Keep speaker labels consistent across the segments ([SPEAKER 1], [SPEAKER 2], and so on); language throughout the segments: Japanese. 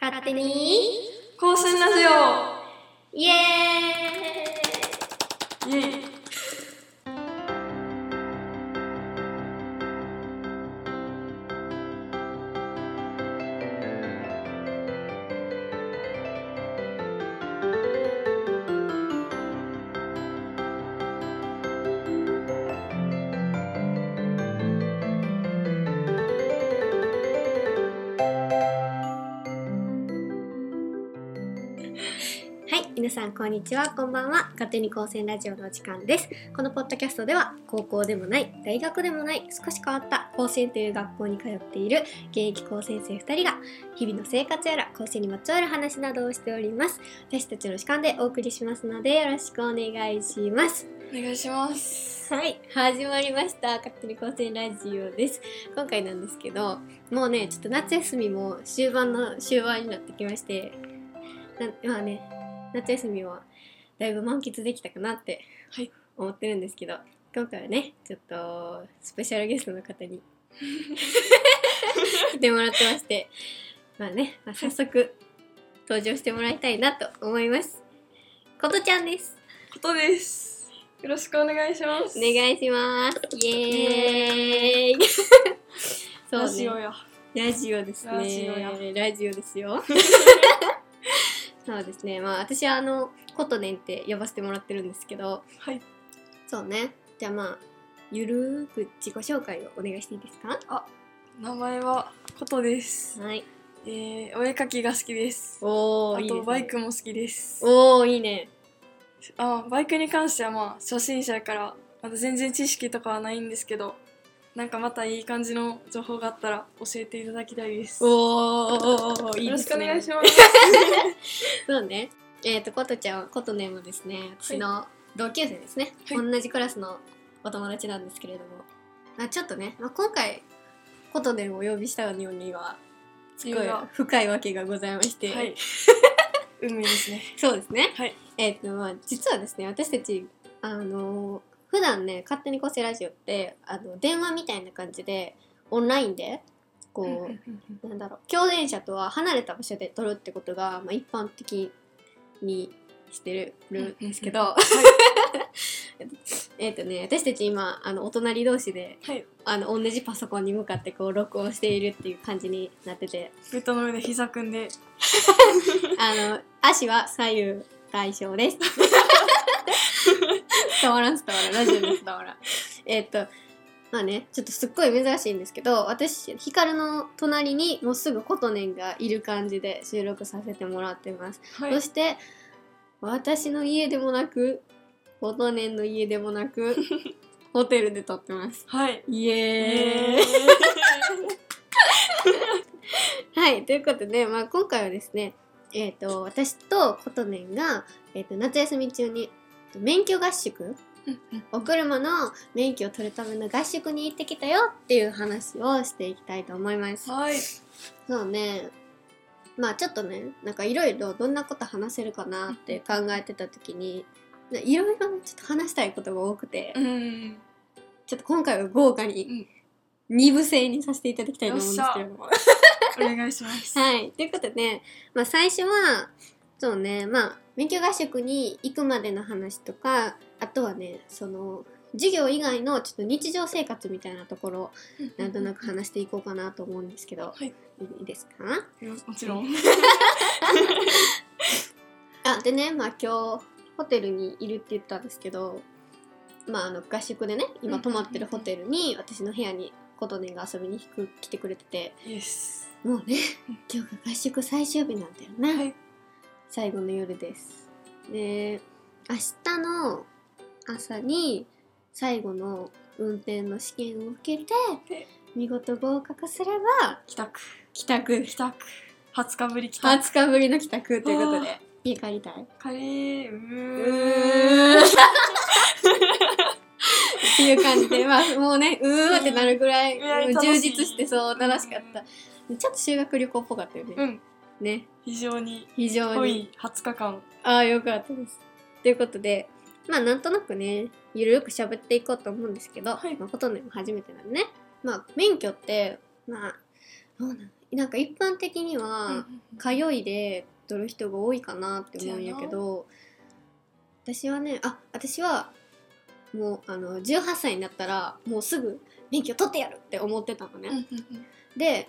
[SPEAKER 1] 勝手に
[SPEAKER 2] こうすんなぜよ
[SPEAKER 1] イエ
[SPEAKER 2] イエイ
[SPEAKER 1] ーイはい皆さんこんにちはこんばんは勝手に高専ラジオのお時間ですこのポッドキャストでは高校でもない大学でもない少し変わった高専という学校に通っている現役高専生2人が日々の生活やら高専にまつわる話などをしております私たちの主観でお送りしますのでよろしくお願いします
[SPEAKER 2] お願いします
[SPEAKER 1] はい始まりました勝手に高専ラジオです今回なんですけどもうねちょっと夏休みも終盤の終盤になってきましてなまあね夏休みはだいぶ満喫できたかなって、
[SPEAKER 2] はい
[SPEAKER 1] 思ってるんですけど今回はねちょっとスペシャルゲストの 方に来てもらってましてまあね、まあ、早速登場してもらいたいなと思いますことちゃんです
[SPEAKER 2] ことですよろしくお願いします
[SPEAKER 1] お願いします。イエーイ。 そう
[SPEAKER 2] ラジオ
[SPEAKER 1] ね。
[SPEAKER 2] よ
[SPEAKER 1] ラジオですね。
[SPEAKER 2] ラジオや
[SPEAKER 1] ラジオです よ。そうですね。まあ私はあのことねんって呼ばせてもらってるんですけど、
[SPEAKER 2] はい
[SPEAKER 1] そうね。じゃあまあゆるーく自己紹介をお願いしていいですか。
[SPEAKER 2] 名前はことです
[SPEAKER 1] はい。
[SPEAKER 2] えー、お絵かきが好きです
[SPEAKER 1] お
[SPEAKER 2] あ
[SPEAKER 1] お。いいです
[SPEAKER 2] と
[SPEAKER 1] ね
[SPEAKER 2] バイク。も好きです
[SPEAKER 1] おおいいね。
[SPEAKER 2] あバイクに関してはまあ初心者やからまだ全然知識とかはないんですけどなんかまたいい感じの情報があったら教えていただきたいですよ
[SPEAKER 1] おおいい
[SPEAKER 2] ろ
[SPEAKER 1] で
[SPEAKER 2] し
[SPEAKER 1] す
[SPEAKER 2] くお
[SPEAKER 1] ね。
[SPEAKER 2] 願いします
[SPEAKER 1] そうね。えっ、と、ことちゃんは、ことねもですね、私の同級生ですね、
[SPEAKER 2] はい
[SPEAKER 1] 同じクラスのお友達なんですけれども。あちょっとね、まあ、今回、ことねをお呼びしたのには、すごい
[SPEAKER 2] 理由が
[SPEAKER 1] 深いわけがございまして、
[SPEAKER 2] はい運命ですね
[SPEAKER 1] そうですね。
[SPEAKER 2] はい
[SPEAKER 1] えっ、と、まあ、実はですね、私たち、あのー普段ね、勝手にこせラジオって、あの、電話みたいな感じで、オンラインで、こう、なんだろう共演者とは離れた場所で撮るってことが、まあ、一般的にして るんですけど えっとね私たち今あのお隣同士で
[SPEAKER 2] はい
[SPEAKER 1] あの同じパソコンに向かってこう録音しているっていう感じになってて
[SPEAKER 2] ベッドの上で膝組んで
[SPEAKER 1] あの足は左右対称 です伝わらん伝わらんラジオで伝わらんえっとまあねちょっとすっごい珍しいんですけど私ヒカルの隣にもうすぐことねんがいる感じで収録させてもらってます、
[SPEAKER 2] はい
[SPEAKER 1] そして私の家でもなくことねんの家でもな くホテルで撮ってます
[SPEAKER 2] はい
[SPEAKER 1] イエーイ
[SPEAKER 2] え
[SPEAKER 1] はい、ということで、まあ、今回はですね、えー、と私とことねんが、えー、と夏休み中にえっと免許合宿
[SPEAKER 2] ー
[SPEAKER 1] お車の免許を取るための合宿に行ってきたよっていう話をしていきたいと思います。
[SPEAKER 2] はい
[SPEAKER 1] そうねまあちょっとねなんかいろいろどんなこと話せるかなって考えてた時にいろいろちょっと話したいことが多くて、
[SPEAKER 2] うん
[SPEAKER 1] ちょっと今回は豪華に2部制にさせていただきたいと
[SPEAKER 2] よっ
[SPEAKER 1] 思うん
[SPEAKER 2] し
[SPEAKER 1] です
[SPEAKER 2] ゃ
[SPEAKER 1] けれども。
[SPEAKER 2] お願いします
[SPEAKER 1] はい。ということで、まあ最初は、そうね、まあ、免許合宿に行くまでの話とか、あとはね、その、授業以外のちょっと日常生活みたいなところ、なんとなく話していこうかなと思うんですけど、
[SPEAKER 2] はい
[SPEAKER 1] いいですか
[SPEAKER 2] よもちろん
[SPEAKER 1] あ、でね、まあ今日、ホテルにいるって言ったんですけど、まああの、合宿でね、今泊まってるホテルに、私の部屋に、ことねが遊びに来来てくれてて、
[SPEAKER 2] イエス
[SPEAKER 1] もうね、今日が合宿最終日なんだよね。
[SPEAKER 2] はい
[SPEAKER 1] 最後の夜ですで明日の朝に最後の運転の試験を受けて
[SPEAKER 2] で
[SPEAKER 1] 見事合格すれば
[SPEAKER 2] 帰宅
[SPEAKER 1] 帰宅
[SPEAKER 2] 帰宅20日ぶり帰宅
[SPEAKER 1] 20日ぶりの帰宅ということで
[SPEAKER 2] あ
[SPEAKER 1] 家帰りたい
[SPEAKER 2] 帰りう
[SPEAKER 1] う
[SPEAKER 2] ーん
[SPEAKER 1] ーっていう感じでまあもうねうーってなるぐらい
[SPEAKER 2] ぐらい
[SPEAKER 1] もう
[SPEAKER 2] 楽しい
[SPEAKER 1] 充実してそう楽しかったちょっと修学旅行っぽかったよね、
[SPEAKER 2] うん
[SPEAKER 1] ね
[SPEAKER 2] 非常に
[SPEAKER 1] 非常
[SPEAKER 2] 濃
[SPEAKER 1] に
[SPEAKER 2] い20日間
[SPEAKER 1] ああ、よかったです。ということで、まあ、なんとなくね、ゆるーく喋っていこうと思うんですけど、
[SPEAKER 2] はい
[SPEAKER 1] まあ、ほとんど初めてなんでね。まあ、免許って、まあ、どうなのなんか一般的には通いで取る人が多いかなって思うんやけど私はねあ私はもうあの18歳になったらもうすぐ免許取ってやるって思ってたのね、
[SPEAKER 2] うんうん
[SPEAKER 1] で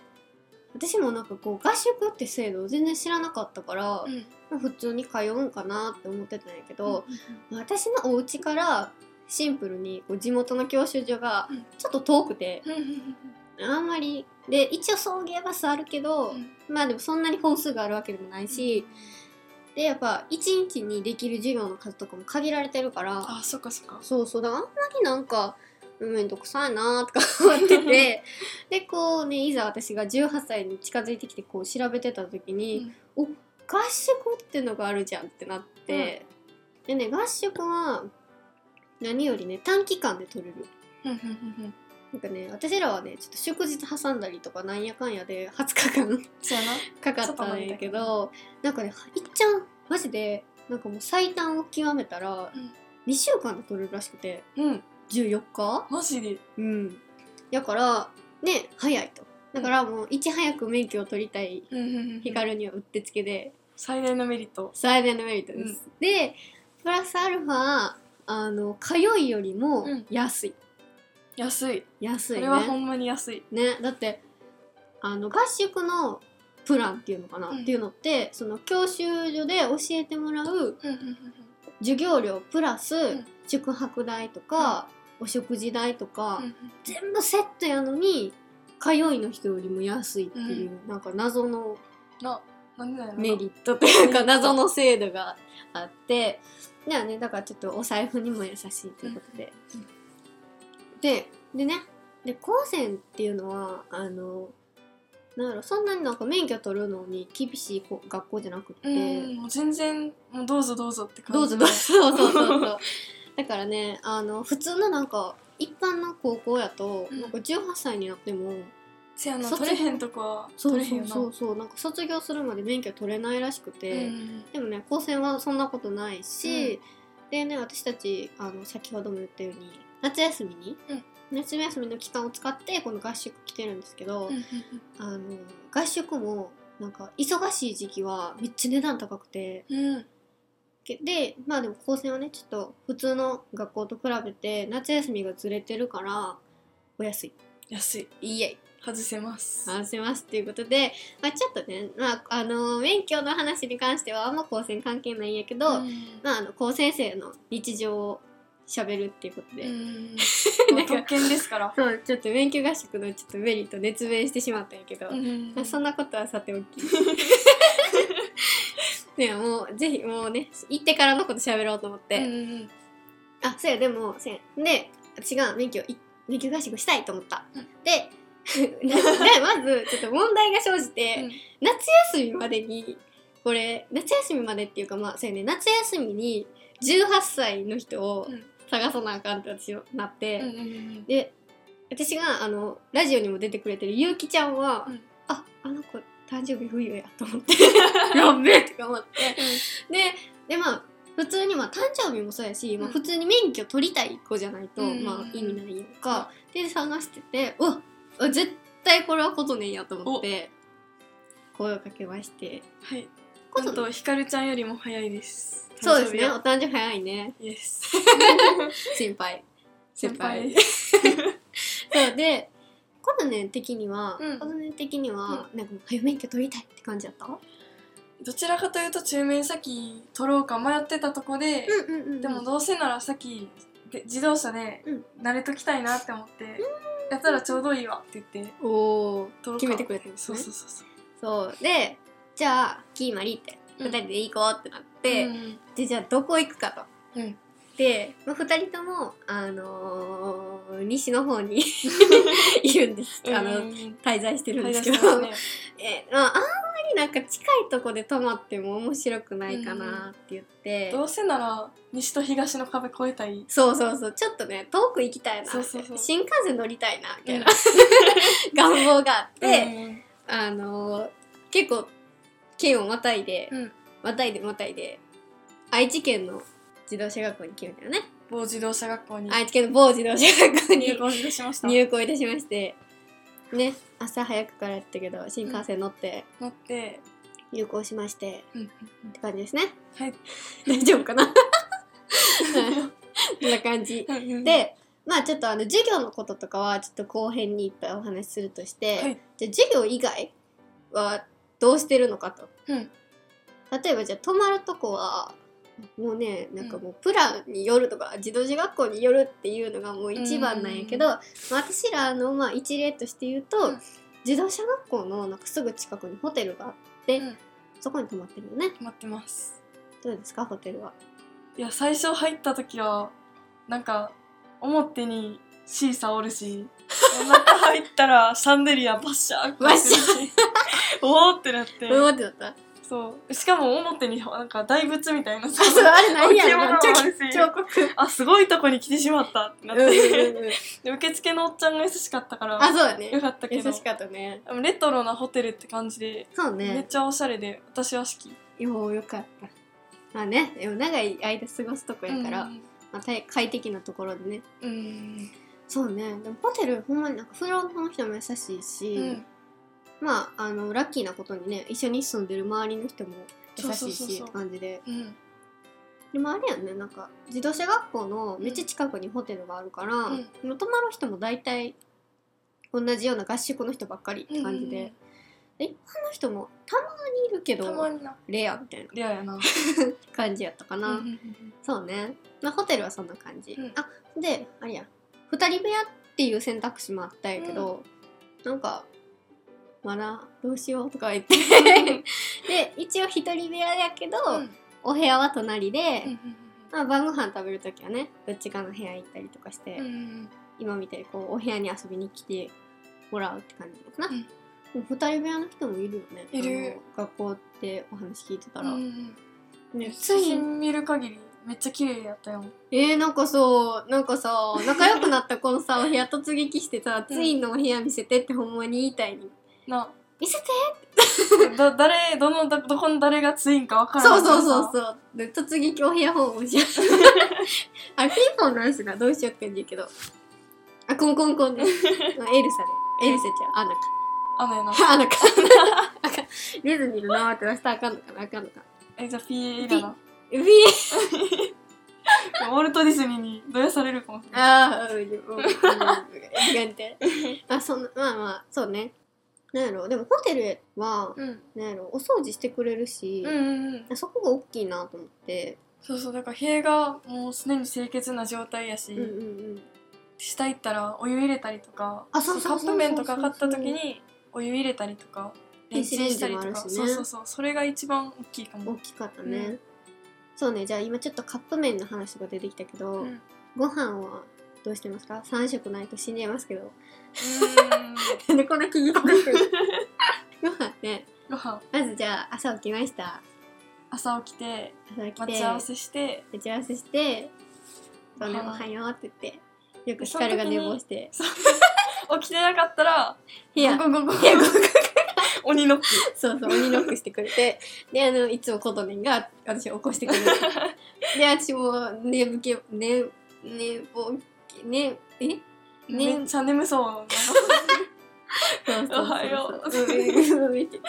[SPEAKER 1] 私もなんかこう合宿って制度を全然知らなかったから
[SPEAKER 2] う、ん
[SPEAKER 1] まあ普通に通うんかなって思ってたんやけ
[SPEAKER 2] うん
[SPEAKER 1] ど、まあ私のお家からシンプルにこう地元の教習所が
[SPEAKER 2] うん
[SPEAKER 1] ちょっと遠くて、
[SPEAKER 2] うんうん
[SPEAKER 1] あんまりで一応送迎バスあるけど、
[SPEAKER 2] うん
[SPEAKER 1] まあでもそんなに本数があるわけでもないし、でやっぱ一日にできる授業の数とかも限られてるから
[SPEAKER 2] あそっかそっか
[SPEAKER 1] そうそうだからあんまりなんかうんめんどくさいなーとか 思って てでこうねいざ私が18歳に近づいてきてこう調べてた時に、お合宿ってのがあるじゃんってなって、でね合宿は何よりね短期間で取れる
[SPEAKER 2] うんうんうんうん
[SPEAKER 1] なんかね私らはねちょっと祝日挟んだりとかなんやかんやで20日間
[SPEAKER 2] そうやな
[SPEAKER 1] かかったんやけどなんかねいっちゃんマジでなんかもう最短を極めたら2週間で取れるらしくて
[SPEAKER 2] うんうん
[SPEAKER 1] 14日
[SPEAKER 2] マジで
[SPEAKER 1] うんやからね早いとだからもういち早く免許を取りたい
[SPEAKER 2] うんうんうん
[SPEAKER 1] ヒカルにはうってつけで
[SPEAKER 2] 最大のメリット
[SPEAKER 1] 最大のメリットです、でプラスアルファあの通いよりも
[SPEAKER 2] うん
[SPEAKER 1] 安い、
[SPEAKER 2] 安い
[SPEAKER 1] 安
[SPEAKER 2] こ
[SPEAKER 1] い
[SPEAKER 2] れ
[SPEAKER 1] ね
[SPEAKER 2] はほんまに安い
[SPEAKER 1] ねだってあの合宿のプランっていうのかな、
[SPEAKER 2] うん
[SPEAKER 1] っていうのってその教習所で教えてもらう
[SPEAKER 2] うんうんうん
[SPEAKER 1] 授業料プラス、
[SPEAKER 2] ん
[SPEAKER 1] 宿泊代とか、お食事代とか、
[SPEAKER 2] うん
[SPEAKER 1] 全部セットやのに通いの人よりも安いっていう、なんか謎の
[SPEAKER 2] ななんでだよな
[SPEAKER 1] メリットというか謎の制度があってだよねだからちょっとお財布にも優しいということで、
[SPEAKER 2] うんう
[SPEAKER 1] ででねで高専っていうのはあのなんだろうそんなになんか免許取るのに厳しいこ学校じゃなくって、
[SPEAKER 2] うんもう全然もうどうぞどうぞって
[SPEAKER 1] ど
[SPEAKER 2] 感
[SPEAKER 1] うぞ
[SPEAKER 2] じの
[SPEAKER 1] どうぞそうそうそう そうだからねあの普通のなんか一般の高校やと、
[SPEAKER 2] うん
[SPEAKER 1] なんか18歳になっても
[SPEAKER 2] せやな
[SPEAKER 1] 卒
[SPEAKER 2] 取れへんとこは
[SPEAKER 1] そ
[SPEAKER 2] 取
[SPEAKER 1] う
[SPEAKER 2] れへん
[SPEAKER 1] そ
[SPEAKER 2] よ
[SPEAKER 1] う
[SPEAKER 2] な
[SPEAKER 1] そうそうなんか卒業するまで免許取れないらしく
[SPEAKER 2] うん
[SPEAKER 1] て、
[SPEAKER 2] うん
[SPEAKER 1] でもね高専はそんなことないし、でね私たちあの先ほども言ったように夏休みに、
[SPEAKER 2] うん
[SPEAKER 1] 夏休みの期間を使ってこの合宿来てるんですけど、
[SPEAKER 2] うんうんうん
[SPEAKER 1] あの合宿もなんか忙しい時期はめっちゃ値段高くて
[SPEAKER 2] うん
[SPEAKER 1] けでまあでも高専はねちょっと普通の学校と比べて夏休みがずれてるからお安い。
[SPEAKER 2] 安い
[SPEAKER 1] いいえ
[SPEAKER 2] 外せます
[SPEAKER 1] 話しますっていうことで、まあ、ちょっとね、まあ、あの免許の話に関してはあんま高専関係ないんやけど、
[SPEAKER 2] ん
[SPEAKER 1] まあ、あの高先生の日常を喋るっていうことで、
[SPEAKER 2] うん
[SPEAKER 1] な
[SPEAKER 2] ま
[SPEAKER 1] ん
[SPEAKER 2] あ
[SPEAKER 1] か
[SPEAKER 2] 特権ですから
[SPEAKER 1] そうちょっと免許合宿のちょっとメリット熱弁してしまったんやけど、
[SPEAKER 2] うん
[SPEAKER 1] まあ、そんなことはさておき ねもうぜひもうね行ってからのこと喋ろうと思って、
[SPEAKER 2] うんうん
[SPEAKER 1] あそうやでもそうやで私が免許い免許合宿したいと思った、
[SPEAKER 2] うん
[SPEAKER 1] で でまずちょっと問題が生じて、
[SPEAKER 2] うん
[SPEAKER 1] 夏休みまでにこれ夏休みまでっていうかまあそうやね夏休みに18歳の人を
[SPEAKER 2] うん
[SPEAKER 1] 探さなあかんって私はなって、
[SPEAKER 2] うんうんうん
[SPEAKER 1] で私があのラジオにも出てくれてるゆうきちゃんは、
[SPEAKER 2] うん
[SPEAKER 1] ああの子誕生日冬やと思って やっべえとか思ってででまあ普通にまあ誕生日もそうやし、まあ、
[SPEAKER 2] うん
[SPEAKER 1] 普通に免許取りたい子じゃないと、
[SPEAKER 2] うん
[SPEAKER 1] まあ意味ないやんか、で探しててうわあ絶対これはことねんやと思って声をかけまして
[SPEAKER 2] はい
[SPEAKER 1] こと
[SPEAKER 2] なんとひかるちゃんよりも早いです
[SPEAKER 1] そうですねお
[SPEAKER 2] 誕
[SPEAKER 1] 誕生日早いね
[SPEAKER 2] 生日がイエス
[SPEAKER 1] 先輩
[SPEAKER 2] 先輩
[SPEAKER 1] そうでコナネ的には、
[SPEAKER 2] うん
[SPEAKER 1] コナネ的には、なんか早免許取りたいって感じだった
[SPEAKER 2] どちらかというと中面先取ろうか迷ってたとこで、
[SPEAKER 1] うんうんうん
[SPEAKER 2] でもどうせならさっきで自動車で
[SPEAKER 1] うん
[SPEAKER 2] 慣れときたいなって思って、やったらちょうどいいわって言って
[SPEAKER 1] おお
[SPEAKER 2] 取ろうか
[SPEAKER 1] 決めてくれたんです
[SPEAKER 2] そう
[SPEAKER 1] ね
[SPEAKER 2] そうそうそう
[SPEAKER 1] そうでじゃあキーマリーって
[SPEAKER 2] うん
[SPEAKER 1] 2人で行こうってなって、
[SPEAKER 2] うん
[SPEAKER 1] でじゃあどこ行くかと
[SPEAKER 2] うん
[SPEAKER 1] で、まあ、2人ともあのー西の方に いるんですあの、
[SPEAKER 2] うん
[SPEAKER 1] 滞在してるん
[SPEAKER 2] 入
[SPEAKER 1] で
[SPEAKER 2] ら
[SPEAKER 1] す
[SPEAKER 2] せ
[SPEAKER 1] け
[SPEAKER 2] て
[SPEAKER 1] ど、
[SPEAKER 2] ますね
[SPEAKER 1] えまあ、あんまりなんか近いとこで泊まっても面白くないかなって言って、
[SPEAKER 2] どうせなら西と東の壁越えたい
[SPEAKER 1] そうそうそうちょっとね遠く行きたいなって
[SPEAKER 2] そうそうそう
[SPEAKER 1] 新幹線乗りたいなみたいな、
[SPEAKER 2] う
[SPEAKER 1] 願望があって、
[SPEAKER 2] で、
[SPEAKER 1] あのー結構県をまたいで、
[SPEAKER 2] うん、
[SPEAKER 1] またいでまたいで愛知県の自動車学校に来るんだよね、
[SPEAKER 2] 某自動車学校に
[SPEAKER 1] 愛知県の某自動車学校に
[SPEAKER 2] 入校いたしました
[SPEAKER 1] 入校いたしましてね朝早くからやったけど新幹線乗って
[SPEAKER 2] 乗って、
[SPEAKER 1] 入港しまして
[SPEAKER 2] うんうんうん
[SPEAKER 1] って感じですね
[SPEAKER 2] はい。
[SPEAKER 1] 大丈夫 かな はいこんな感じ
[SPEAKER 2] うんうん、
[SPEAKER 1] でまあちょっとあの授業のこととかはちょっと後編にいっぱいお話しするとして、
[SPEAKER 2] はい
[SPEAKER 1] じゃあ授業以外はどうしてるのかと
[SPEAKER 2] うん、
[SPEAKER 1] 例えばじゃあ泊まるとこはもうねなんかもうプランによるとか自動児学校によるっていうのがもう一番なんやけど、まあ私らのまあ一例として言うと、
[SPEAKER 2] うん
[SPEAKER 1] 自動車学校のなんかすぐ近くにホテルがあって、
[SPEAKER 2] うん
[SPEAKER 1] そこに泊まってるよね
[SPEAKER 2] 待ってます。
[SPEAKER 1] どうですかホテルはい
[SPEAKER 2] や、最初入った時は、なんか、表にシーサーおるし、中入ったらシャンデリアバッシャーってなってる
[SPEAKER 1] バ
[SPEAKER 2] し、おーってなって、
[SPEAKER 1] うんってなった
[SPEAKER 2] そう。しかも表になんか大仏みたいな さ
[SPEAKER 1] あ、そうあれ何やろな
[SPEAKER 2] 置物もあるし
[SPEAKER 1] 彫刻
[SPEAKER 2] あ、すごいとこに来てしまったってなっ
[SPEAKER 1] うんうん
[SPEAKER 2] て、
[SPEAKER 1] うんうん
[SPEAKER 2] で受付のおっちゃんが優しかったから、
[SPEAKER 1] あそうだね
[SPEAKER 2] よかったけど
[SPEAKER 1] 優し、かったね
[SPEAKER 2] でもレトロなホテルって感じで、
[SPEAKER 1] そう
[SPEAKER 2] めっ
[SPEAKER 1] ね
[SPEAKER 2] ちゃおしゃれで、私は好き。
[SPEAKER 1] ようよかったまあねでも長い間過ごすとこやから、
[SPEAKER 2] うん
[SPEAKER 1] まあ、た快適なところでね
[SPEAKER 2] うん。
[SPEAKER 1] そうねでもホテルほんまになんかフロントの人も優しいし、
[SPEAKER 2] うん
[SPEAKER 1] まああのラッキーなことにね一緒に住んでる周りの人も優し
[SPEAKER 2] そう
[SPEAKER 1] い
[SPEAKER 2] そうそう
[SPEAKER 1] し
[SPEAKER 2] そう
[SPEAKER 1] って感じで
[SPEAKER 2] うん。
[SPEAKER 1] でもあれやんねなんか自動車学校のめっちゃ近くにホテルがあるから、
[SPEAKER 2] ん
[SPEAKER 1] でも泊まる人も大体同じような合宿の人ばっかりって感じで、で一般の人もたまにいるけ
[SPEAKER 2] うん。たま
[SPEAKER 1] ど
[SPEAKER 2] にな。
[SPEAKER 1] レアみたいな
[SPEAKER 2] レアやな。
[SPEAKER 1] 感じやったかな、
[SPEAKER 2] うんうんうん
[SPEAKER 1] そうね、まあ、ホテルはそんな感じ、
[SPEAKER 2] うん
[SPEAKER 1] あであれや2人部屋っていう選択肢もあったんやけど、なんかまだどうしようとか言ってで一応1人部屋やけど、
[SPEAKER 2] うん
[SPEAKER 1] お部屋は隣で、
[SPEAKER 2] う
[SPEAKER 1] まあ、晩ご飯食べる時はねどっちかの部屋行ったりとかして、
[SPEAKER 2] んうんうん
[SPEAKER 1] 今みたいにこうお部屋に遊びに来てもらうって感じかな、
[SPEAKER 2] うん
[SPEAKER 1] でも2人部屋の人もいるよね
[SPEAKER 2] いる
[SPEAKER 1] あの学校ってお話聞いてた
[SPEAKER 2] う
[SPEAKER 1] ら、
[SPEAKER 2] んうん。
[SPEAKER 1] ね
[SPEAKER 2] 写真見る限りめっちゃ綺麗やったよ。
[SPEAKER 1] えー、なんかそうなんかさ仲良くなったこのさお部屋突撃してさ
[SPEAKER 2] うん
[SPEAKER 1] ツインのお部屋見せてってほんまに言いたいに
[SPEAKER 2] な、
[SPEAKER 1] 見せて
[SPEAKER 2] だ誰どのどどこの誰がツインかわから
[SPEAKER 1] そ
[SPEAKER 2] な
[SPEAKER 1] う
[SPEAKER 2] い。
[SPEAKER 1] そうそうそうで突撃お部屋訪問しようあれピンポンないしなどうしようって言うけどあコンコンコンねエルサでエルサちゃんアナか
[SPEAKER 2] あのやな。
[SPEAKER 1] アナかあかんディズニーの名前って出したらあかんのかなあかんのか
[SPEAKER 2] えじゃあ PA だな。
[SPEAKER 1] うぃ
[SPEAKER 2] でもウォルトディズニーにどやされるかもしれない。
[SPEAKER 1] ああ、うん、うん、うん、うん、限定。あ、そんな、まあまあ、そうね。なんやろ、でもホテルは、
[SPEAKER 2] うん。
[SPEAKER 1] なんやろ、お掃除してくれるし
[SPEAKER 2] うん、うんうん。
[SPEAKER 1] そこが大きいなと思って。
[SPEAKER 2] そうそうだから部屋がもうすでに清潔な状態やし、
[SPEAKER 1] うんうんうん。
[SPEAKER 2] 下行ったらお湯入れたりとか
[SPEAKER 1] あそうそうそうそう
[SPEAKER 2] カップ麺とか買った時にお湯入れたりとか
[SPEAKER 1] 電子レンジ
[SPEAKER 2] したりと
[SPEAKER 1] もあ
[SPEAKER 2] か
[SPEAKER 1] るしね
[SPEAKER 2] そうそうそうそれが一番大きいか
[SPEAKER 1] 大
[SPEAKER 2] も、
[SPEAKER 1] きかったね。
[SPEAKER 2] うん
[SPEAKER 1] そうね、じゃあ今ちょっとカップ麺の話が出てきたけど、
[SPEAKER 2] うん、う
[SPEAKER 1] ご飯はどうしてますか ?3 食ないと死んじゃいますけど。
[SPEAKER 2] ーん
[SPEAKER 1] なんでこんな気に入 ってるご飯ね。
[SPEAKER 2] ご飯
[SPEAKER 1] まずじゃあ朝起きました。
[SPEAKER 2] 朝起きて
[SPEAKER 1] 朝起きて。
[SPEAKER 2] 待ち合わせして
[SPEAKER 1] 打ち合わせして「
[SPEAKER 2] は
[SPEAKER 1] そ
[SPEAKER 2] い
[SPEAKER 1] んなおはよう」って言ってよく光が寝坊して
[SPEAKER 2] 起きてなかったら
[SPEAKER 1] 部屋
[SPEAKER 2] ゴンゴンゴン
[SPEAKER 1] 部屋ゴンゴン
[SPEAKER 2] 鬼ノック
[SPEAKER 1] そうそう鬼ノックしてくれてであのいつも琴音が私を起こして くれてで私も寝ぶけ寝寝ぼけねえね
[SPEAKER 2] めっちゃ眠そうな
[SPEAKER 1] そ
[SPEAKER 2] の
[SPEAKER 1] うそうそう
[SPEAKER 2] おはよう
[SPEAKER 1] そううんうん見てて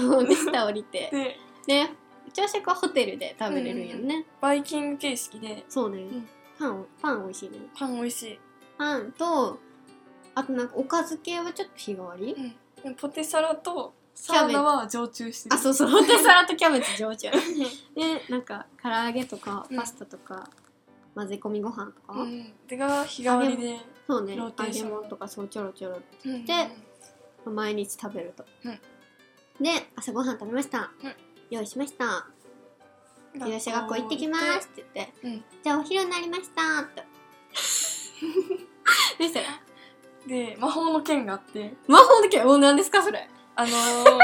[SPEAKER 1] もうで下降りて
[SPEAKER 2] で
[SPEAKER 1] ね朝食はホテルで食べれるんやんね、
[SPEAKER 2] バイキング形式で
[SPEAKER 1] そうね、
[SPEAKER 2] ん
[SPEAKER 1] パンをパン美味しいね
[SPEAKER 2] パン美味し
[SPEAKER 1] パンとあとなんかおかず系はちょっと日替わり、
[SPEAKER 2] い、うんで、ポテサラとサ
[SPEAKER 1] ャ
[SPEAKER 2] ラ
[SPEAKER 1] ベツ
[SPEAKER 2] ダは常駐してる
[SPEAKER 1] あ、そうそう、本当にサラとキャベツ上手やね。なんか、唐揚げとか、
[SPEAKER 2] うん
[SPEAKER 1] パスタとか、混ぜ込みご飯とか、
[SPEAKER 2] うん、でが日替わりで
[SPEAKER 1] そうね、
[SPEAKER 2] ロー
[SPEAKER 1] 揚
[SPEAKER 2] テーシ
[SPEAKER 1] げ
[SPEAKER 2] ョン
[SPEAKER 1] 物とか、そうちょろちょ
[SPEAKER 2] うん
[SPEAKER 1] でろ、毎日食べると。
[SPEAKER 2] うん
[SPEAKER 1] で、朝ごはん食べました。
[SPEAKER 2] うん
[SPEAKER 1] 用意しました。自動車学校行ってきますって言って、
[SPEAKER 2] うん
[SPEAKER 1] じゃあお昼になりました って。何それ
[SPEAKER 2] で魔法の剣があって
[SPEAKER 1] 魔法の剣お何ですかそれ
[SPEAKER 2] あの ー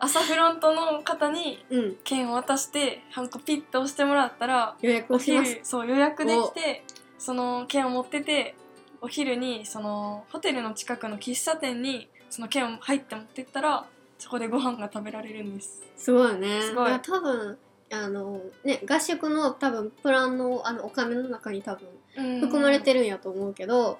[SPEAKER 2] 朝フロントの方に
[SPEAKER 1] うん
[SPEAKER 2] 券を渡してハンコピッと押してもらったら
[SPEAKER 1] 予約を
[SPEAKER 2] お
[SPEAKER 1] します
[SPEAKER 2] 昼そう予約できてその券を持っててお昼にそのホテルの近くの喫茶店にその券を入って持ってったらそこでご飯が食べられるんです
[SPEAKER 1] すごいね。
[SPEAKER 2] すごい
[SPEAKER 1] だから多分あのね合宿の多分プランのあのお金の中に多分含まれてるんやと思うけど、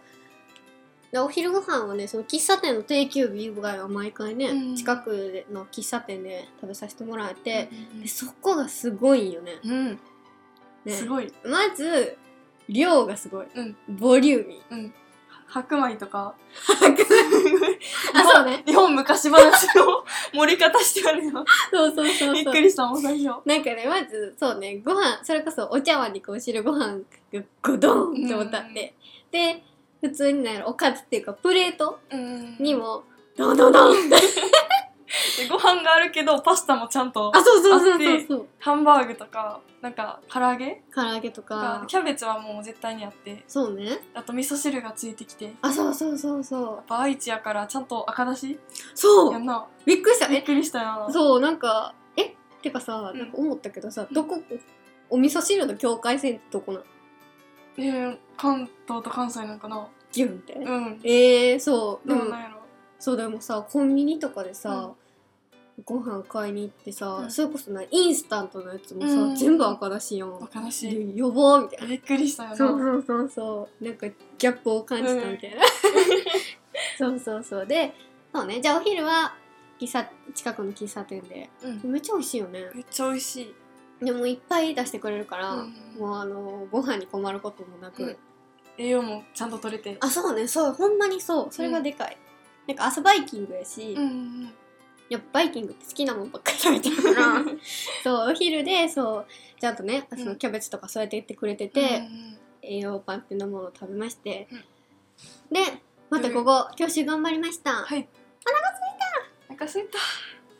[SPEAKER 1] でお昼ご飯はねその喫茶店の定休日以外は毎回ね、
[SPEAKER 2] うん
[SPEAKER 1] 近くの喫茶店で食べさせてもらえて、でそこがすごいよね
[SPEAKER 2] うん、
[SPEAKER 1] ね
[SPEAKER 2] すごい、
[SPEAKER 1] まず量がすごい
[SPEAKER 2] うん
[SPEAKER 1] ボリューミー
[SPEAKER 2] うん、白米とか
[SPEAKER 1] あそうね
[SPEAKER 2] 日本昔話の 盛り方してあるよ
[SPEAKER 1] そうそうそうそう
[SPEAKER 2] びっくりしたもん最初
[SPEAKER 1] なんかねまずそうねご飯それこそお茶碗にこう汁ご飯がゴドンって思ったって、で普通になるおかずっていうかプレート
[SPEAKER 2] うん
[SPEAKER 1] にもドンドンドンって
[SPEAKER 2] でご飯があるけどパスタもちゃんと
[SPEAKER 1] あそうそうそうそうそう
[SPEAKER 2] ハンバーグとかなんか唐揚げ
[SPEAKER 1] 唐揚げと
[SPEAKER 2] とか
[SPEAKER 1] か
[SPEAKER 2] キャベツはもう絶対にあって
[SPEAKER 1] そうね
[SPEAKER 2] あと味噌汁がついてきてやっ
[SPEAKER 1] あそうそうそうそう
[SPEAKER 2] ぱ愛知やからちゃんと赤だし
[SPEAKER 1] そ
[SPEAKER 2] や
[SPEAKER 1] うん
[SPEAKER 2] な
[SPEAKER 1] びっくりした
[SPEAKER 2] びっ
[SPEAKER 1] え
[SPEAKER 2] くりしたよ
[SPEAKER 1] そうなんかえてかさ
[SPEAKER 2] うん
[SPEAKER 1] なんか思ったけどさ、どこお味噌汁の境界線ってどこなの
[SPEAKER 2] えー、関東と関西なんかな
[SPEAKER 1] ギュンって、
[SPEAKER 2] うん
[SPEAKER 1] えー、そうで
[SPEAKER 2] ど
[SPEAKER 1] も、
[SPEAKER 2] うなんやろ
[SPEAKER 1] そうでもさコンビニとかでさ、ご飯買いに行ってさ、
[SPEAKER 2] うん
[SPEAKER 1] それこそなインスタントのやつもさ、
[SPEAKER 2] うん
[SPEAKER 1] 全部赤だしやん
[SPEAKER 2] 赤だし
[SPEAKER 1] で呼ぼうみたいな
[SPEAKER 2] びっくりしたよな
[SPEAKER 1] そうそうそうそうなんかギャップを感じたみたいな、そうそうそうでそうねじゃあお昼は喫茶近くの喫茶店で
[SPEAKER 2] うん
[SPEAKER 1] めっちゃ美味しいよね
[SPEAKER 2] めっちゃ美味しい
[SPEAKER 1] でもいっぱい出してくれるから、
[SPEAKER 2] うん
[SPEAKER 1] もうあのご飯に困ることもなく、
[SPEAKER 2] うん栄養もちゃんと取れて
[SPEAKER 1] あそうねそうほんまにそうそれがでかい、なんか朝バイキングやし、
[SPEAKER 2] うんうん
[SPEAKER 1] やっぱバイキングって好きなもんばっかり食べてるからそうお昼でそうちゃんとねそのキャベツとか添えてってくれてて、
[SPEAKER 2] うん
[SPEAKER 1] 栄養パンってなものを食べまして、
[SPEAKER 2] うん
[SPEAKER 1] でまたここ、教習頑張りました、
[SPEAKER 2] はいお腹すいた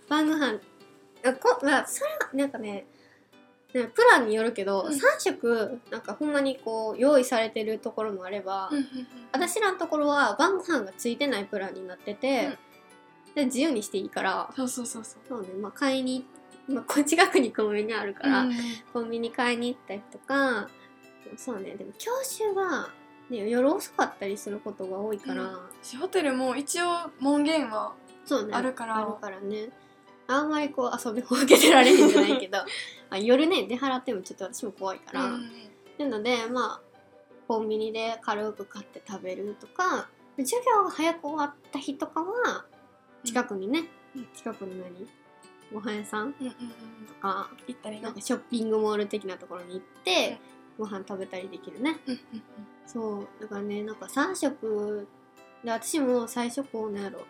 [SPEAKER 1] 晩ご飯あこまあそれはなんかねなんかプランによるけど、
[SPEAKER 2] うん
[SPEAKER 1] 3食なんかほんまにこう用意されてるところもあれば、
[SPEAKER 2] お腹す
[SPEAKER 1] 私
[SPEAKER 2] いた
[SPEAKER 1] らのところは晩ご飯がついてないプランになってて、で自由にしていいから
[SPEAKER 2] そうそうそうそう
[SPEAKER 1] そうねまあ買いに、まあ、こう近くにコンビニあるから、コンビニ買いに行ったりとかそうねでも教習は、ね、夜遅かったりすることが多いから、
[SPEAKER 2] うんしホテルも一応門限は
[SPEAKER 1] そうね
[SPEAKER 2] あるから
[SPEAKER 1] あるからねあんまりこう遊びほうけてられへんじゃない けどあ夜ね出払ってもちょっと私も怖いから、
[SPEAKER 2] うん
[SPEAKER 1] なのでまあコンビニで軽く買って食べるとか授業が早く終わった日とかは近くにね、
[SPEAKER 2] うん
[SPEAKER 1] 近くの何ご飯屋さん
[SPEAKER 2] うんうんうん
[SPEAKER 1] とか
[SPEAKER 2] 行ったり
[SPEAKER 1] な
[SPEAKER 2] なん
[SPEAKER 1] かショッピングモール的なところに行って、ご飯食べたりできるね
[SPEAKER 2] うんうん
[SPEAKER 1] そうだからねなんか3食で私も最初こうなんやろ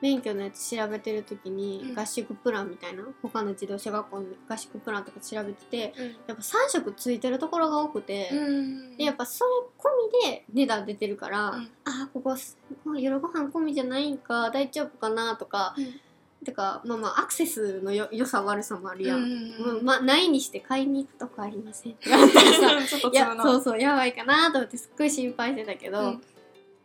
[SPEAKER 1] 免許のやつ調べてる時
[SPEAKER 2] う
[SPEAKER 1] に
[SPEAKER 2] ん
[SPEAKER 1] 合宿プランみたいな、他の自動車学校の合宿プランとか調べてて
[SPEAKER 2] うん
[SPEAKER 1] やっぱ3食ついてるところが多くて、
[SPEAKER 2] うん
[SPEAKER 1] でやっぱそれ込みで値段出てるから、
[SPEAKER 2] うん
[SPEAKER 1] あーここす夜ご飯込みじゃないんか大丈夫かなとか、
[SPEAKER 2] うん
[SPEAKER 1] てかまあまあアクセスのよ良さ悪さもあるやん、
[SPEAKER 2] うんうんうん
[SPEAKER 1] もうまあ、ないにして買いに行くとこありません って言われたらさ
[SPEAKER 2] ちょっと
[SPEAKER 1] いや
[SPEAKER 2] 粒
[SPEAKER 1] そ
[SPEAKER 2] の
[SPEAKER 1] うそうやばいかなと思ってすっごい心配してたけ
[SPEAKER 2] う
[SPEAKER 1] ど
[SPEAKER 2] ん、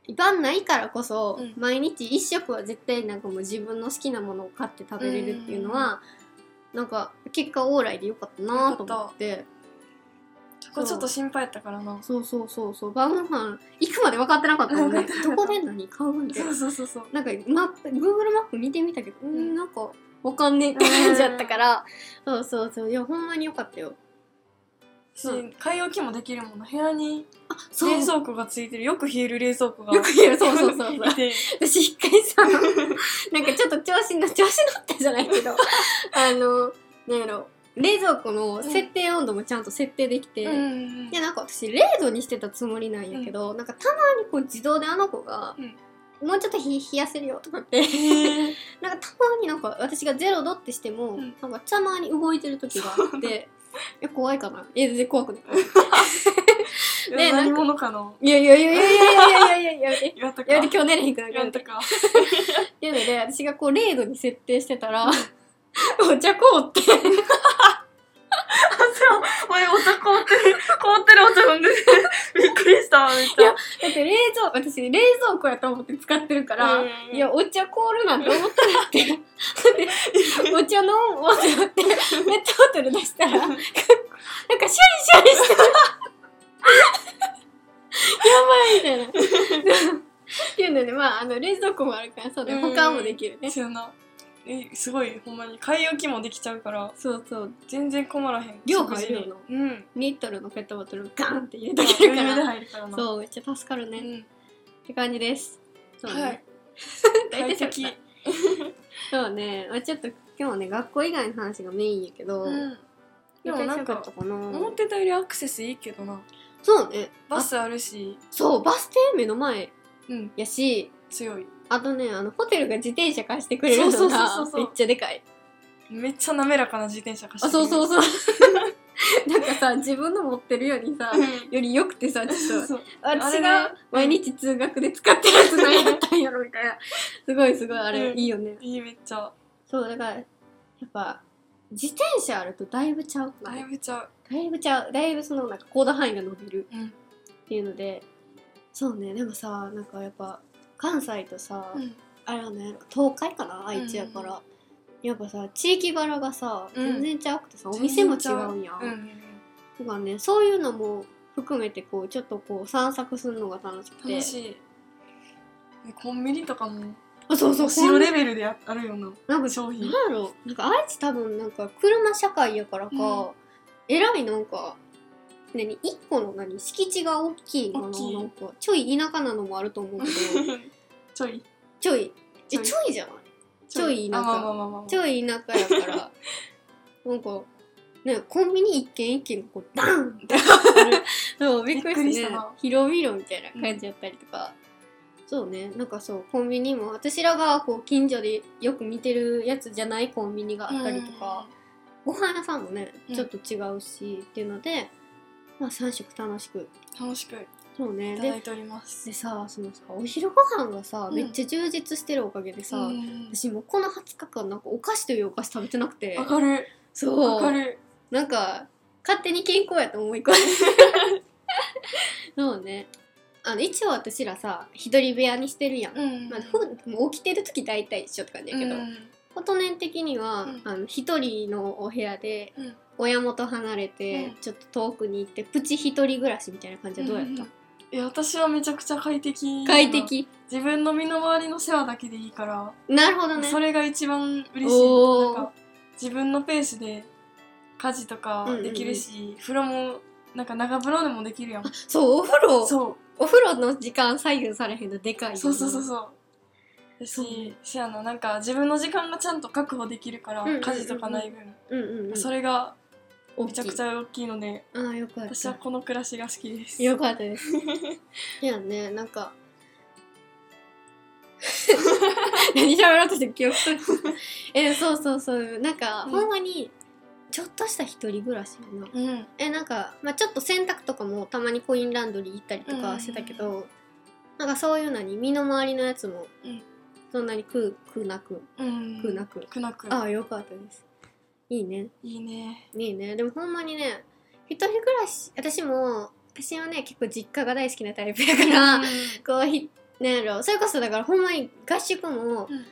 [SPEAKER 1] 一般ないからこそ、
[SPEAKER 2] うん
[SPEAKER 1] 毎日一食は絶対なんかもう自分の好きなものを買って食べれるっていうのは、なんか結果オーライでよかったなと思って
[SPEAKER 2] そこちょっと心配やったからな
[SPEAKER 1] そうそうそうそう晩ご飯行くまで分かってなかったもんね
[SPEAKER 2] 分かってな
[SPEAKER 1] ど
[SPEAKER 2] かった
[SPEAKER 1] こで何買うんで
[SPEAKER 2] そうそうそうそう
[SPEAKER 1] なんかマップ Google マップ見てみたけどうんんなんかわかんねえって感じだったからそうそうそういやほんまによかったよ
[SPEAKER 2] し
[SPEAKER 1] うん
[SPEAKER 2] 買い置きもできるもんな部屋に
[SPEAKER 1] あそう
[SPEAKER 2] 冷蔵庫がついてるよく冷える冷蔵庫 が
[SPEAKER 1] よく言える そうそうそうそう
[SPEAKER 2] いて
[SPEAKER 1] 私一回さなんかちょっと調子の調子乗ったじゃないけどあのなんやろ冷蔵庫の設定温度もちゃんと設定できて、
[SPEAKER 2] うんうんうん
[SPEAKER 1] でなんか私0度にしてたつもりなんやけど、なんかたまにこう自動であの子が、もうちょっとひ冷やせるよとかって
[SPEAKER 2] へえ
[SPEAKER 1] なんかたまになんか私が0度ってしても、
[SPEAKER 2] うん
[SPEAKER 1] なんかたまに動いてる時があっていや怖いかないや全然怖くないねなんか
[SPEAKER 2] 何者かの
[SPEAKER 1] いやいやいやいやいやいやいやいややめて
[SPEAKER 2] 岩田か
[SPEAKER 1] やめて今日寝れへんくなるから
[SPEAKER 2] 岩田か
[SPEAKER 1] っていうので私がこう0度に設定してたら お茶凍って
[SPEAKER 2] お前お茶凍ってる凍ってるお茶飲んでてびっくりしためっち
[SPEAKER 1] い
[SPEAKER 2] ゃ
[SPEAKER 1] やだって冷蔵私冷蔵庫やと思って使ってるから、
[SPEAKER 2] うんうんうん
[SPEAKER 1] いやお茶凍るなんて思ってなくてでお茶飲もうってなってペットホテル出したらなんかシャリシャリしてるやばいみたいなっていうのでまああの冷蔵庫もあるからそうね
[SPEAKER 2] うん
[SPEAKER 1] 保管もできるね
[SPEAKER 2] そうやなえすごいほんまに買い置きもできちゃうから
[SPEAKER 1] そうそう
[SPEAKER 2] 全然困らへん
[SPEAKER 1] 量入るよな
[SPEAKER 2] 食事にうん
[SPEAKER 1] 2リットルのペットボトルガンって入れと
[SPEAKER 2] 余
[SPEAKER 1] けるか
[SPEAKER 2] 裕で
[SPEAKER 1] ら
[SPEAKER 2] 入るからなう
[SPEAKER 1] そうめっちゃ助かるね、
[SPEAKER 2] ん
[SPEAKER 1] って感じですそうね、
[SPEAKER 2] はい
[SPEAKER 1] 大
[SPEAKER 2] 快
[SPEAKER 1] 体
[SPEAKER 2] 適
[SPEAKER 1] そうそうね、まあ、ちょっと今日ね学校以外の話がメインやけど、
[SPEAKER 2] うんでもなんか
[SPEAKER 1] 一回しようかな
[SPEAKER 2] 思ってたよりアクセスいいけどな
[SPEAKER 1] そうね
[SPEAKER 2] バスあるし
[SPEAKER 1] そうバス停目の前
[SPEAKER 2] うん
[SPEAKER 1] やし
[SPEAKER 2] 強い
[SPEAKER 1] あとねあのホテルが自転車貸してくれる
[SPEAKER 2] そ
[SPEAKER 1] の
[SPEAKER 2] うそうそう
[SPEAKER 1] が
[SPEAKER 2] そうそう
[SPEAKER 1] めっちゃでかい
[SPEAKER 2] めっちゃ滑らかな自転車貸して
[SPEAKER 1] あそうそううそう なんかさ自分の持ってるよりさよりよくてさちょっと
[SPEAKER 2] そうあれ
[SPEAKER 1] 私
[SPEAKER 2] ね
[SPEAKER 1] が毎日通学で使ってるやつ何やったんやろみたいなすごいすごいあれ、
[SPEAKER 2] うん
[SPEAKER 1] いいよね
[SPEAKER 2] いいめっちゃ
[SPEAKER 1] そうだからやっぱ自転車あるとだいぶちゃう
[SPEAKER 2] だいぶちゃう
[SPEAKER 1] だいぶちゃうだいぶそのなんか行動範囲が伸びる
[SPEAKER 2] うん
[SPEAKER 1] っていうのでそうねでもさなんかやっぱ関西とさ、
[SPEAKER 2] うん
[SPEAKER 1] あれはね東海かな愛知やから、やっぱさ地域柄がさ
[SPEAKER 2] うん
[SPEAKER 1] 全然ちゃうくてさ、お店も違うんやん、
[SPEAKER 2] うんうん
[SPEAKER 1] だからねそういうのも含めてこうちょっとこう散策するのが楽しく
[SPEAKER 2] うん
[SPEAKER 1] て
[SPEAKER 2] 楽しいえコンビニとかも
[SPEAKER 1] あそうそう
[SPEAKER 2] 白
[SPEAKER 1] こん
[SPEAKER 2] レベルでやあるよな
[SPEAKER 1] なんか
[SPEAKER 2] 商品
[SPEAKER 1] なんやろなんか愛知多分なんか車社会やからか、
[SPEAKER 2] うん
[SPEAKER 1] えらいなんか何一個の何敷地が大きいの
[SPEAKER 2] 大きい
[SPEAKER 1] なんかちょい田舎なのもあると思うけど
[SPEAKER 2] ちょい
[SPEAKER 1] ちょいえ
[SPEAKER 2] ちょい
[SPEAKER 1] ちょいじゃないちょい田
[SPEAKER 2] あ
[SPEAKER 1] 舎
[SPEAKER 2] まあまあまあまあ
[SPEAKER 1] ちょい田舎やからなんかねコンビニ一軒一軒がこうダンってあるそうびっく
[SPEAKER 2] び
[SPEAKER 1] り
[SPEAKER 2] っくり
[SPEAKER 1] し
[SPEAKER 2] したた
[SPEAKER 1] ね
[SPEAKER 2] な
[SPEAKER 1] 広々みたいな感じやったりとか、そうねなんかそうコンビニも私らがこう近所でよく見てるやつじゃないコンビニがあったりとか、ご飯屋さんもね
[SPEAKER 2] うん
[SPEAKER 1] ちょっと違うし、っていうので、まあ、3食楽しく
[SPEAKER 2] うん楽しくい
[SPEAKER 1] そうね
[SPEAKER 2] ただ
[SPEAKER 1] で
[SPEAKER 2] いております
[SPEAKER 1] でさそのさお昼ご飯がさ、
[SPEAKER 2] うん
[SPEAKER 1] めっちゃ充実してるおかげでさ、
[SPEAKER 2] うん
[SPEAKER 1] 私もうこの20日間なんかお菓子というお菓子食べてなくて
[SPEAKER 2] わかるわ
[SPEAKER 1] そ
[SPEAKER 2] か
[SPEAKER 1] う
[SPEAKER 2] る
[SPEAKER 1] なんか勝手に健康やと思い 込んでそうねあの一応私らさ一人部屋にしてるやん、
[SPEAKER 2] うん
[SPEAKER 1] まあ、ふもう起きてる時大体一緒って感じやけど、
[SPEAKER 2] うん
[SPEAKER 1] 琴音的には、
[SPEAKER 2] うん
[SPEAKER 1] あの一人のお部屋で
[SPEAKER 2] うん
[SPEAKER 1] 親元離れて、
[SPEAKER 2] うん
[SPEAKER 1] ちょっと遠くに行ってプチ一人暮らしみたいな感じはどうやった、
[SPEAKER 2] んんんいや私はめちゃくちゃ快適
[SPEAKER 1] 快適
[SPEAKER 2] 自分の身の回りの世話だけでいいから
[SPEAKER 1] なるほどね
[SPEAKER 2] それが一番嬉し
[SPEAKER 1] おー
[SPEAKER 2] いなんか自分のペースで家事とかできるし、風呂もなんか長風呂でもできるやん
[SPEAKER 1] そうお風呂
[SPEAKER 2] そ
[SPEAKER 1] お風呂の時間左右されへんのでかいよ
[SPEAKER 2] う
[SPEAKER 1] な
[SPEAKER 2] そうそうそうそうだ
[SPEAKER 1] そう
[SPEAKER 2] しせやななんか自分の時間がちゃんと確保できるから、
[SPEAKER 1] うんうんうんうん
[SPEAKER 2] 家事とかない分、
[SPEAKER 1] うんうんうん
[SPEAKER 2] それが
[SPEAKER 1] 大き
[SPEAKER 2] め
[SPEAKER 1] い
[SPEAKER 2] ちゃくちゃ大きいので
[SPEAKER 1] ああよかった
[SPEAKER 2] 私はこの暮らしが好きです
[SPEAKER 1] よかったです いやねなんか 何喋ろうとして記憶と えそうそうそうなんか、
[SPEAKER 2] うん
[SPEAKER 1] ほんまにちょっとした一人暮らしやな
[SPEAKER 2] うん
[SPEAKER 1] えなんか、まあ、ちょっと洗濯とかもたまにコインランドリー行ったりとかしてたけど、なんかそういうのに身の回りのやつも、
[SPEAKER 2] うん
[SPEAKER 1] そんなに苦苦なく
[SPEAKER 2] うん
[SPEAKER 1] 苦なく、
[SPEAKER 2] 苦なく
[SPEAKER 1] ああよかったですいいね
[SPEAKER 2] いいね
[SPEAKER 1] いいねでもほんまにね一人暮らし私も私はね結構実家が大好きなタイプやから、
[SPEAKER 2] うん
[SPEAKER 1] こうひなんやろそれこそだからほんまに合宿も、
[SPEAKER 2] うん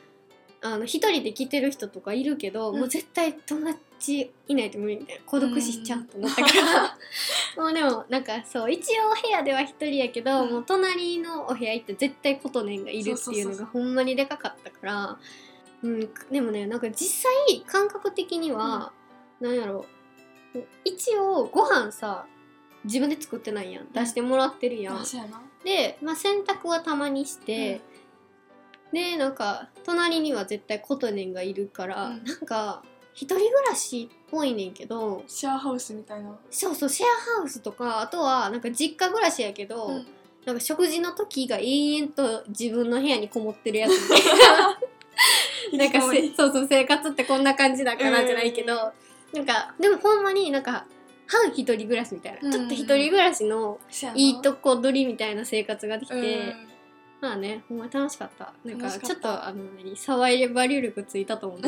[SPEAKER 1] あの一人で来てる人とかいるけど、
[SPEAKER 2] うん
[SPEAKER 1] もう絶対友達いないと無理みたいな孤独死しちゃうと思ったから、 もうでもなんかそう一応部屋では一人やけど、
[SPEAKER 2] うん
[SPEAKER 1] もう隣のお部屋行って絶対琴音がいるっていう
[SPEAKER 2] そうそうそ
[SPEAKER 1] の
[SPEAKER 2] うそ
[SPEAKER 1] が
[SPEAKER 2] う
[SPEAKER 1] ほんまにでかかったから、うん、でもねなんか実際感覚的には、なんやろ一応ご飯さ自分で作ってないやん出してもらってるやん、
[SPEAKER 2] あそうやな
[SPEAKER 1] で、まあ、洗濯はたまにして、でなんか隣には絶対コトネンがいるから、
[SPEAKER 2] うん
[SPEAKER 1] なんか一人暮らしっぽいねんけど
[SPEAKER 2] シェアハウスみたいな
[SPEAKER 1] そうそうシェアハウスとかあとはなんか実家暮らしやけど、
[SPEAKER 2] うん
[SPEAKER 1] なんか食事の時が延々と自分の部屋にこもってるやつみた いななんか
[SPEAKER 2] 引きこも
[SPEAKER 1] せ
[SPEAKER 2] り
[SPEAKER 1] そうそう生活ってこんな感じだからじゃないけど、なんかでもほんまになんか半一人暮らしみたいな、
[SPEAKER 2] うん
[SPEAKER 1] ちょっと一人暮らしの
[SPEAKER 2] せやない
[SPEAKER 1] いとこ取りみたいな生活ができて。
[SPEAKER 2] うん
[SPEAKER 1] まあね、ほんま楽しかった。なんか
[SPEAKER 2] 楽しかった
[SPEAKER 1] ちょっとあの何騒いでバリュー力ついたと思う。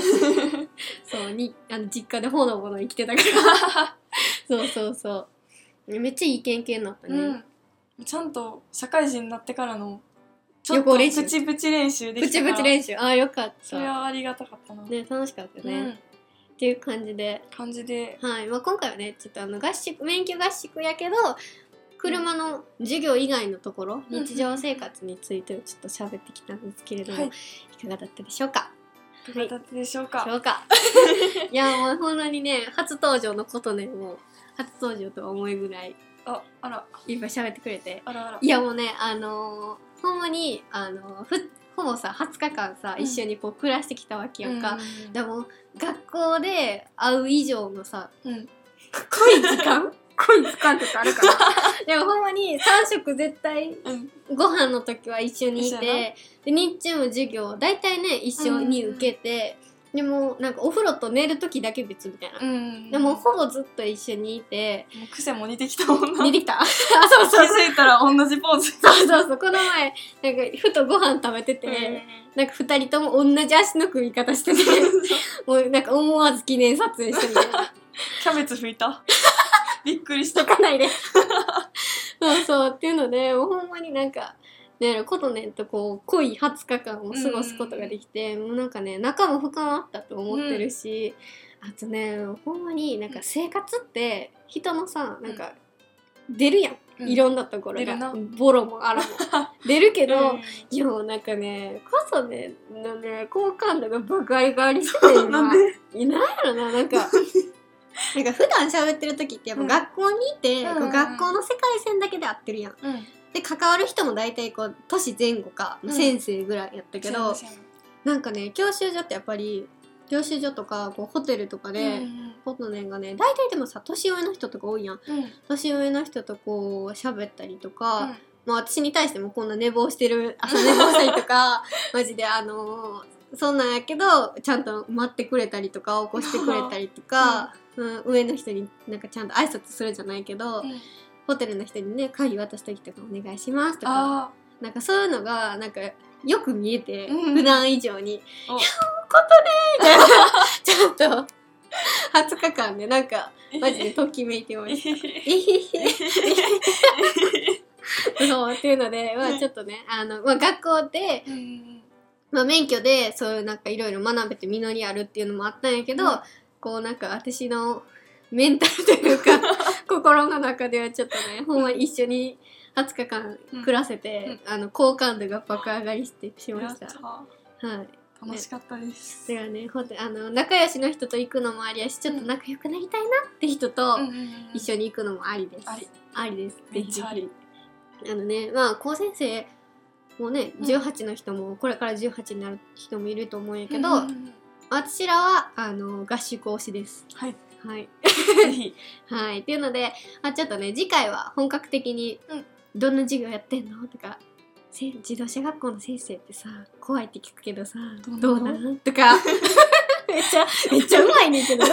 [SPEAKER 1] そうにあの実家でほのぼの生きてた から。そうそうそう。めっちゃいい経験になったね。
[SPEAKER 2] うん、ちゃんと社会人になってからのち
[SPEAKER 1] 予
[SPEAKER 2] ょっ
[SPEAKER 1] 行
[SPEAKER 2] と
[SPEAKER 1] 練習
[SPEAKER 2] プチプチ練習で
[SPEAKER 1] ブ
[SPEAKER 2] き
[SPEAKER 1] チ
[SPEAKER 2] た
[SPEAKER 1] ブ
[SPEAKER 2] から
[SPEAKER 1] チ練習。ああよかっ
[SPEAKER 2] それ
[SPEAKER 1] た。
[SPEAKER 2] はありがたかったな、
[SPEAKER 1] ね楽しかった
[SPEAKER 2] う
[SPEAKER 1] ね、っ
[SPEAKER 2] ん、
[SPEAKER 1] ていう感じで。
[SPEAKER 2] 感じで
[SPEAKER 1] はい。まあ今回はねちょっとあの合宿免許合宿やけど。車の授業以外のところ
[SPEAKER 2] うん
[SPEAKER 1] 日常生活についてちょっと喋ってきたんですけれども、
[SPEAKER 2] は
[SPEAKER 1] い、
[SPEAKER 2] い
[SPEAKER 1] かがだったでしょうか
[SPEAKER 2] いかがだったでしょうか、
[SPEAKER 1] そう か。いや、もうほんまにね、初登場のことね、もう、初登場とは思いぐらい、
[SPEAKER 2] ああら
[SPEAKER 1] いっぱい喋ってくれて。
[SPEAKER 2] あらあら
[SPEAKER 1] いや、もうね、あのーほんまにあのふほぼさ20日間さ
[SPEAKER 2] うん
[SPEAKER 1] 一緒にこう暮らしてきたわけやんか、
[SPEAKER 2] うん
[SPEAKER 1] でも学校で会う以上のさ
[SPEAKER 2] うん
[SPEAKER 1] 濃い時 間
[SPEAKER 2] 濃い使ってあるから
[SPEAKER 1] でもほんまに3食絶対
[SPEAKER 2] うん
[SPEAKER 1] ご飯の時は一緒にい
[SPEAKER 2] 一緒や
[SPEAKER 1] てで日中も授業大体ね一緒に受けて、でもなんかお風呂と寝る時だけ別みたいな、
[SPEAKER 2] うん
[SPEAKER 1] でもほぼずっと一緒にい て
[SPEAKER 2] もう癖も似てきたもんな
[SPEAKER 1] 似てきた あそう
[SPEAKER 2] 気
[SPEAKER 1] そうそう
[SPEAKER 2] づいたら同じポーズ
[SPEAKER 1] そうそうそうこの前なんかふとご飯食べてて、なんか二人とも同じ足の組み方しててもうなんか思わず記念撮影 してみたいな
[SPEAKER 2] キャベツ拭いたびっくりし
[SPEAKER 1] 書
[SPEAKER 2] た
[SPEAKER 1] かないで そうそうっていうのでもうほんまになんかねえことねんとこう濃い20日間を過ごすことができて、もうなんかね仲も深まったと思ってるし、あとねほんまになんか生活って人のさなんか出るやん、
[SPEAKER 2] うん
[SPEAKER 1] いろんなところ
[SPEAKER 2] 出る
[SPEAKER 1] が
[SPEAKER 2] な
[SPEAKER 1] ボロもあ らも出るけど、
[SPEAKER 2] うん
[SPEAKER 1] いやもうなんかねこそねのね好感度が爆上がり してる
[SPEAKER 2] なんで
[SPEAKER 1] いないやろな なんかなんか普段喋ってる時ってやっぱ
[SPEAKER 2] うん
[SPEAKER 1] 学校にいて、
[SPEAKER 2] うん
[SPEAKER 1] こ
[SPEAKER 2] うんう
[SPEAKER 1] うん学校の世界線だけで合ってるやん
[SPEAKER 2] うん
[SPEAKER 1] で関わる人も大体こう年前後か、
[SPEAKER 2] うん
[SPEAKER 1] 先生ぐらいやったけど
[SPEAKER 2] そうやね
[SPEAKER 1] なんかね教習所ってやっぱり教習所とかこうホテルとか
[SPEAKER 2] そうやね
[SPEAKER 1] で、ホテルがね大体でもさ年上の人とか多いやん
[SPEAKER 2] うんうんうん
[SPEAKER 1] 年上の人とこう喋ったりとか、
[SPEAKER 2] うん
[SPEAKER 1] まあ、私に対してもこんな寝坊してる 朝寝坊したりと かマジであのーそんなんやけどちゃんと待ってくれたりとか起こしてくれたりと か、うん上の人になんかちゃんと挨拶するじゃないけど、
[SPEAKER 2] うん
[SPEAKER 1] ホテルの人にね鍵渡す時とかお願いしますとか
[SPEAKER 2] あ
[SPEAKER 1] なんかそういうのがなんかよく見えて、
[SPEAKER 2] うん
[SPEAKER 1] 普段以上に「いや
[SPEAKER 2] お
[SPEAKER 1] ことね」みたいなちょっと。20日間でなんか
[SPEAKER 2] ー
[SPEAKER 1] マジでときめいてま した。
[SPEAKER 2] え
[SPEAKER 1] えへ へそうっていうので、まあ、ちょっとねあの、まあ、学校で
[SPEAKER 2] うんうん
[SPEAKER 1] まあ、免許でそういうなんかいろいろ学べて実りあるっていうのもあったんやけど、
[SPEAKER 2] うん
[SPEAKER 1] こうなんか私のメンタルという か心の中ではちょっとねほんまに一緒に20日間暮らせて、あの好感度が爆上がりしてし
[SPEAKER 2] うん
[SPEAKER 1] ま
[SPEAKER 2] や
[SPEAKER 1] し。
[SPEAKER 2] ったた
[SPEAKER 1] はい
[SPEAKER 2] 楽しかったです
[SPEAKER 1] だからねほんとあの仲良しの人と行くのもありやしちょっと仲良くなりたいなって人と一
[SPEAKER 2] 緒
[SPEAKER 1] 緒に行くのもありです。
[SPEAKER 2] あり
[SPEAKER 1] ありです。
[SPEAKER 2] めっちゃあり
[SPEAKER 1] ぜひぜひ。あのね、まあ、高先生もね、
[SPEAKER 2] うん
[SPEAKER 1] 18の人も、これから18になる人もいると思うんやけど、私らは、あの、合宿推しです。
[SPEAKER 2] はい
[SPEAKER 1] はい。
[SPEAKER 2] ぜひ
[SPEAKER 1] はい。っていうので、まあ、ちょっとね、次回は本格的に
[SPEAKER 2] うん、
[SPEAKER 1] どんな授業やってんのとか、せ自動車学校の先生ってさ、怖いって聞くけどさ、
[SPEAKER 2] どう
[SPEAKER 1] どうな
[SPEAKER 2] なの
[SPEAKER 1] んとか、 めっちゃ、めっちゃうまいねんけ ど、どうし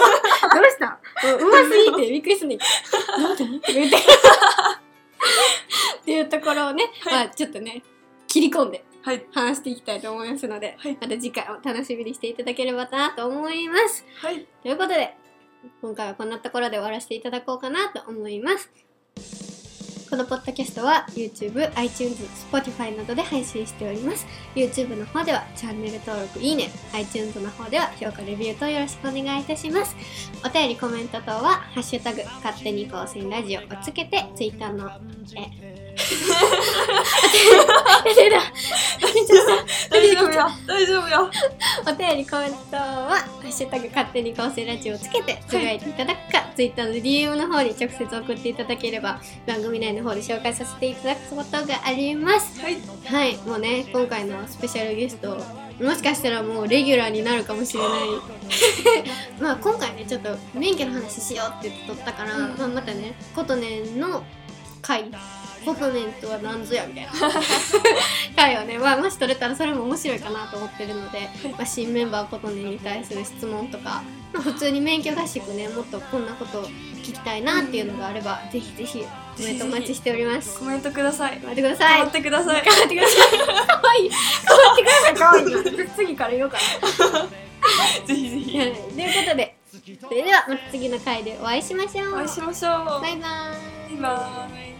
[SPEAKER 1] たううますぎてびっくりすんねんけど、 どうだとか言って。っていうところをね、
[SPEAKER 2] はい
[SPEAKER 1] まあちょっとね、切り込んで
[SPEAKER 2] はい
[SPEAKER 1] 話していきたいと思いますので、
[SPEAKER 2] はい
[SPEAKER 1] また次回も楽しみにしていただければなと思います。
[SPEAKER 2] はい
[SPEAKER 1] ということで、今回はこんなところで終わらせていただこうかなと思います。このポッドキャストは YouTube、iTunes、Spotify などで配信しております。YouTube の方ではチャンネル登録、いいね。iTunes の方では評価、レビューとよろしくお願いいたします。お便り、コメント等は、ハッシュタグ、勝手に更新ラジオをつけて、Twitter の、え、 出た緊張した
[SPEAKER 2] 大丈夫や大丈夫や
[SPEAKER 1] お便りコメントは「ハッシュタグ勝手に構成ラジオ」をつけてつぶやいていただくか、Twitter の DM の方に直接送っていただければ番組内の方で紹介させていただくことがあります
[SPEAKER 2] はい
[SPEAKER 1] はいもうね今回のスペシャルゲストもしかしたらもうレギュラーになるかもしれないまあ今回ねちょっと免許の話しようって言って撮ったから、
[SPEAKER 2] うん
[SPEAKER 1] まあ、またねことねんの回ことねんとは何ぞやみたいな回をね、まあ、もし撮れたらそれも面白いかなと思ってるので、まあ、新メンバーことねんに対する質問とか、まあ、普通に免許合宿ねもっとこんなこと聞きたいなっていうのがあればぜひぜひコメントお待ちしております
[SPEAKER 2] コメントください
[SPEAKER 1] 待ってください
[SPEAKER 2] 頑張ってください
[SPEAKER 1] 頑張ってください。かわいい。頑張ってください。かわいい。次から言おうかな。
[SPEAKER 2] ぜひぜひ
[SPEAKER 1] はいということで、それではまた次の回でお会いしましょう。
[SPEAKER 2] お会いしましょう
[SPEAKER 1] バイバーイ。
[SPEAKER 2] バイバイ